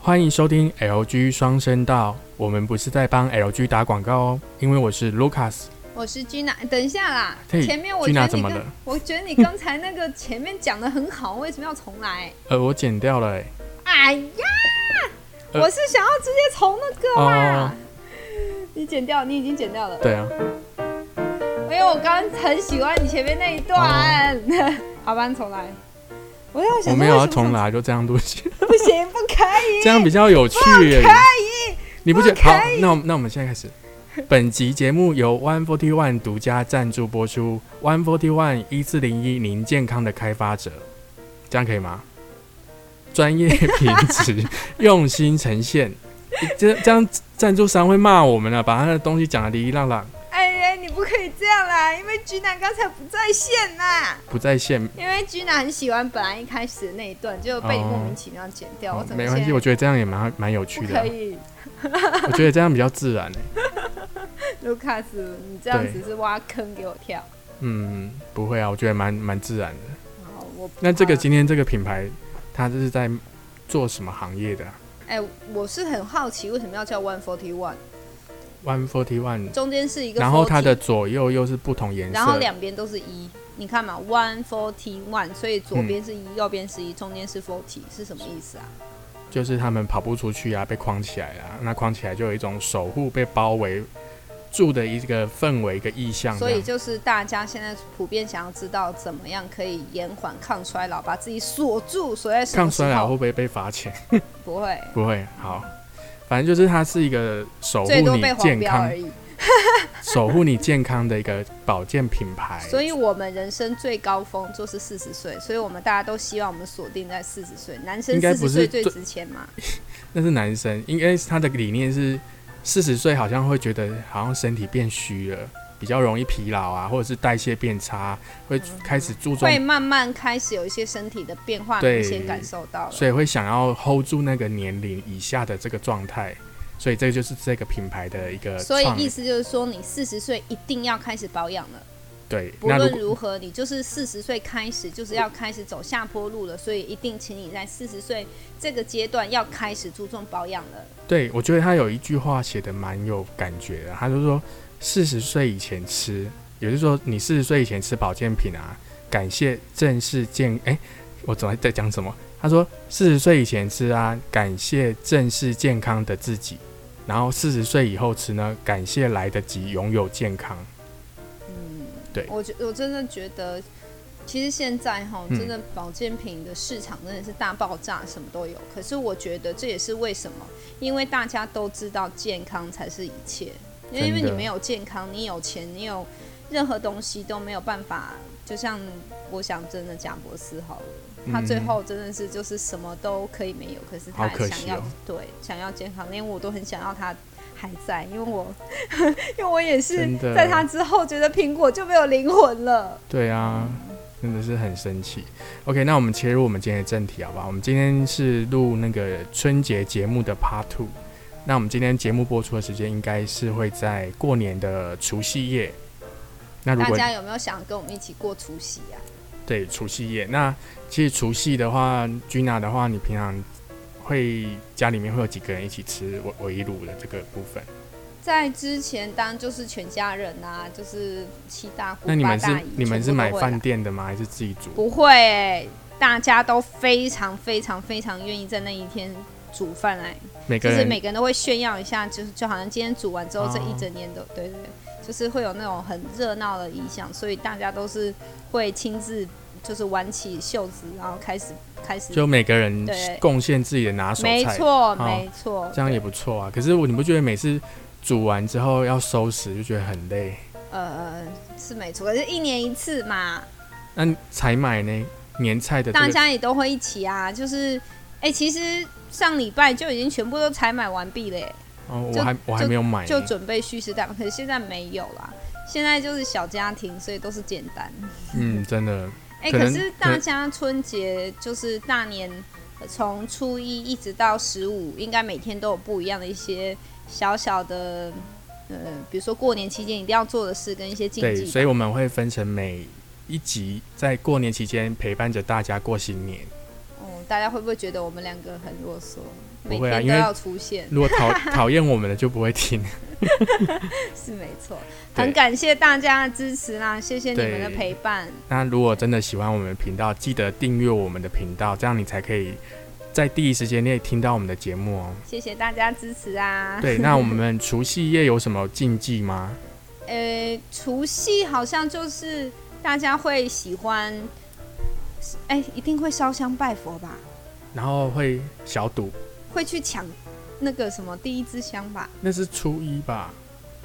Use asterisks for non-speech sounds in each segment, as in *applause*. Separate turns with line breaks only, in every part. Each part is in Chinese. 欢迎收听 LG 双声道。我们不是在帮 LG 打广告哦，因为我是 Lucas。
我是 Gina，等一下啦，
嘿
前面我
Gina
觉得
怎
你
么
刚
了，
我觉得你刚才那个前面讲的很好，为什么要重
*laughs*
来？
呃，我剪掉了、欸，
哎呀，
呃
我是想要直接从那个啦
哦，
你剪掉，你已经剪掉了，
对啊，
因为我刚刚很喜欢你前面那一段， *laughs* 好吧，你重来。我要想
哦我
说
没有
为
要
什么
重来，就这样录下，
*laughs* 不行，不可以，
这样比较有趣、欸。你不觉得？
不可
好，那我们那我们现在开始。本集节目由 One Forty One 独家赞助播出。One Forty One 一四零一，您健康的开发者，这样可以吗？专业品质，用心呈现。 *laughs* 这这样赞助商会骂我们了、啊把他的东西讲的哩哩浪浪，
哎哎，你不可以这样啦，因为 Gina 刚才不在线啦。
不在线。
因为 Gina 很喜欢本来一开始的那一段，就被你莫名其妙剪掉。我
哦
怎么
没关系，
现在
我觉得这样也蛮蛮有趣
不
的啊、
可以 *laughs*
我觉得这样比较自然、欸。
，Lucas，你这样子是挖坑给我跳。
嗯，不会啊，我觉得蛮蛮自然的。
好，我
那这个
好
今天这个品牌，它这是在做什么行业的、啊？
哎、我是很好奇为什么要叫 One Forty One，
One Forty One，
中间是一个 40,
然后它的左右又是不同颜色，
然后两边都是一，你看嘛，One Forty One，所以左边是
嗯
一、右边是一，中间是 Forty，是什么意思啊？
就是他们跑不出去啊，被框起来啊，那框起来就有一种守护、被包围住的一个氛围、一个意象
所
这样。
以就是大家现在普遍想要知道怎么样可以延缓抗衰老，把自己锁住，锁在什么
抗
时
衰老
候
会不会被罚钱？ *laughs*
不会，
不会，好，反正就是它是一个守护
最多
你
被
健
黄标
康
而、已。 *laughs*
守护你健康的一个保健品牌。
所以我们人生最高峰就是四十岁，所以我们大家都希望我们锁定在四十岁。男生
应该
四
不
十
是
岁最
最
值钱嘛？
那是男生，应该是他的理念是四十岁好像会觉得好像身体变虚了，比较容易疲劳啊，或者是代谢变差，会开始注重
会，慢慢开始有一些身体的变化，
对
明显感受到了。
所以会想要 hold 住那个年龄以下的这个状态，所以这就是这个品牌的一个
所以
呃创
意思就是说，你四十岁一定要开始保养了。
对。
不
那如
论
果
如何，你就是四十岁开始，就是要开始走下坡路了。所以一定请你在四十岁这个阶段要开始注重保养了。
对我觉得他有一句话写的蛮有感觉的，他就说四十岁以前吃，也就是说你四十岁以前吃保健品啊，感谢正式健哎，我怎么在讲什么？他说四十岁以前吃啊，感谢正式健康的自己，然后四十岁以后吃呢，感谢来得及拥有健康。
我觉我真的觉得，其实现在哈，
嗯
真的保健品的市场真的是大爆炸，什么都有。可是我觉得这也是为什么，因为大家都知道健康才是一切，因为因为
真的
你没有健康，你有钱，你有任何东西都没有办法。就像我想，真的贾博士好了，他
嗯
最后真的是就是什么都可以没有，可是他
好可
想
惜
要、
哦
对想要健康，连我都很想要他还在，因为我因为我也是
真的
在他之后觉得苹果就没有灵魂了。
对啊，真的是很生气。OK，那我们切入我们今天的正题好不好？我们今天是录那个春节节目的 Part Two。那我们今天节目播出的时间应该是会在过年的除夕夜。那如
大
果
家有没有想跟我们一起过除夕啊？
对除夕夜，那其实除夕的话，Gina 的话，你平常会家里面会有几个人一起吃围围炉的这个部分？
在之前当然就是全家人啊，就是七大姑
那你
八
们
大姨
是，你们是
全部
买
都会啊
饭
来
店的吗？还是自己煮？
不会欸、大家都非常非常非常愿意在那一天煮饭来，
每个
就是
人
每个人都会炫耀一下，就是就好像今天煮完之后
哦
这一整年都、对对对，就是会有那种很热闹的意象，所以大家都是会亲自就是挽起袖子，然后开始开始
就每个人
对
贡献自己的拿手菜。
没错，
好
没错，
这样也不错啊。可是我你不觉得每次煮完之后要收拾就觉得很累？
呃是没错，可是一年一次嘛，
那你采买呢年菜的这
大
个，
家也都会一起啊。就是，哎、其实上礼拜就已经全部都采买完毕了耶，
哦，我
就
还我还没有买呢，
就准备蓄势待发，可是现在没有啦。现在就是小家庭，所以都是简单。
嗯，真的
哎、
可
可
能
是大家春节就是大年，呃从初一一直到十五，应该每天都有不一样的一些小小的，呃，比如说过年期间一定要做的事跟一些禁忌
对，
吧。
所以我们会分成每一集，在过年期间陪伴着大家过新年。
嗯，大家会不会觉得我们两个很啰嗦？
不
每
会啊，
天
因
都
为
要
*laughs*
出现，
如果
*laughs*
讨讨厌我们的就不会听。
是没错。
对
很感谢大家的支持啦，谢谢你们的
对
陪伴。
那如果真的喜欢我们的频道，记得订阅我们的频道，这样你才可以在第一时间内听到我们的节目哦。
谢谢大家支持啊！ *laughs*
对，那我们除夕夜有什么禁忌吗？
呃，除夕好像就是大家会喜欢，哎，一定会烧香拜佛吧，
然后会小赌，
会去抢那个什么第一支香吧，
那是初一吧？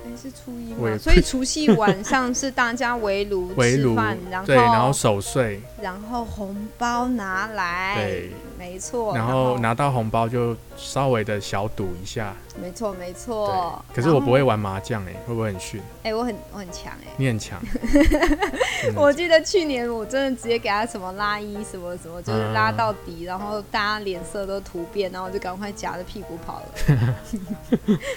哎，是初一
我也
嘛，所以除夕晚上是大家围炉
*laughs* 围
吃
炉
饭，然，后
对，然后守岁，
然后红包拿来
对，
没错，
然后拿到红包就稍微的小赌一下。
没错
对
没错，，
可是我不
哦然后，
会玩麻将哎，会不会很逊？
哎，我很我很强哎。
你很
*laughs*
强，嗯
我记得去年我真的直接给他什么拉一什么什么，就是
嗯
拉到底，然后大家脸色都突变，然后我就赶快夹着屁股跑
*laughs*
了。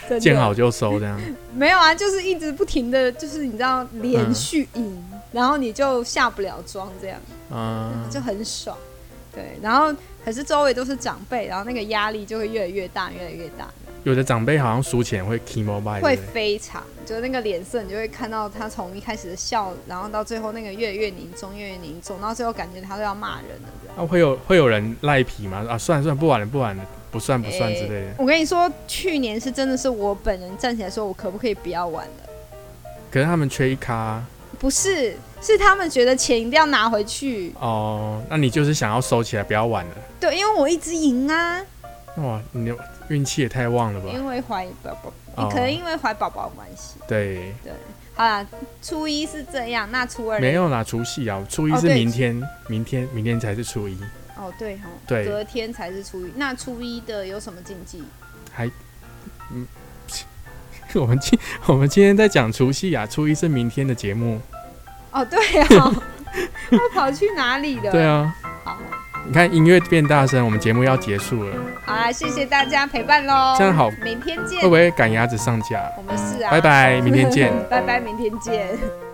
真的
见好就收这样。
没有啊，就是一直不停的，就是你知道连续赢，然后你就下不了妆，这样
嗯，
就很爽。对，然后可是周围都是长辈，然后那个压力就会越来越大，越来越大，
有的长辈好像输钱会 key mobile，对
会
不对
非常，就是那个脸色，你就会看到他从一开始的笑，然后到最后那个越来越凝重，越来越凝重，到最后感觉他都要骂人了。这样
啊，会有会有人赖皮吗？啊，算了算了，不玩了不玩了，不算不算
诶
之类的。
我跟你说，去年是真的是我本人站起来说，我可不可以不要玩了？
可是他们缺一咖啊
不是，是他们觉得钱一定要拿回去。
哦，那你就是想要收起来，不要玩了。
对，因为我一直赢啊，
哇，你的运气也太旺了吧？
因为怀宝宝，
哦
可能因为怀宝宝的关系。
对，
好啦，初一是这样，那初二呢
没有啦，除夕啊，初一
哦
是
对
明天，明天明天才是初一， *laughs*
哦，对哦，
对
隔天才是初一。那初一的有什么禁忌？
我们今我们今天在讲除夕啊，初一是明天的节目。
哦，对哦，
*laughs*
他跑去哪里了？
对，啊，
好，
你看音乐变大声，我们节目要结束了，
好啦，谢谢大家陪伴喽，
这样好
明天见，
会不会赶鸭子上架？
我们是啊，
拜，拜，明天见。
拜拜，明天见。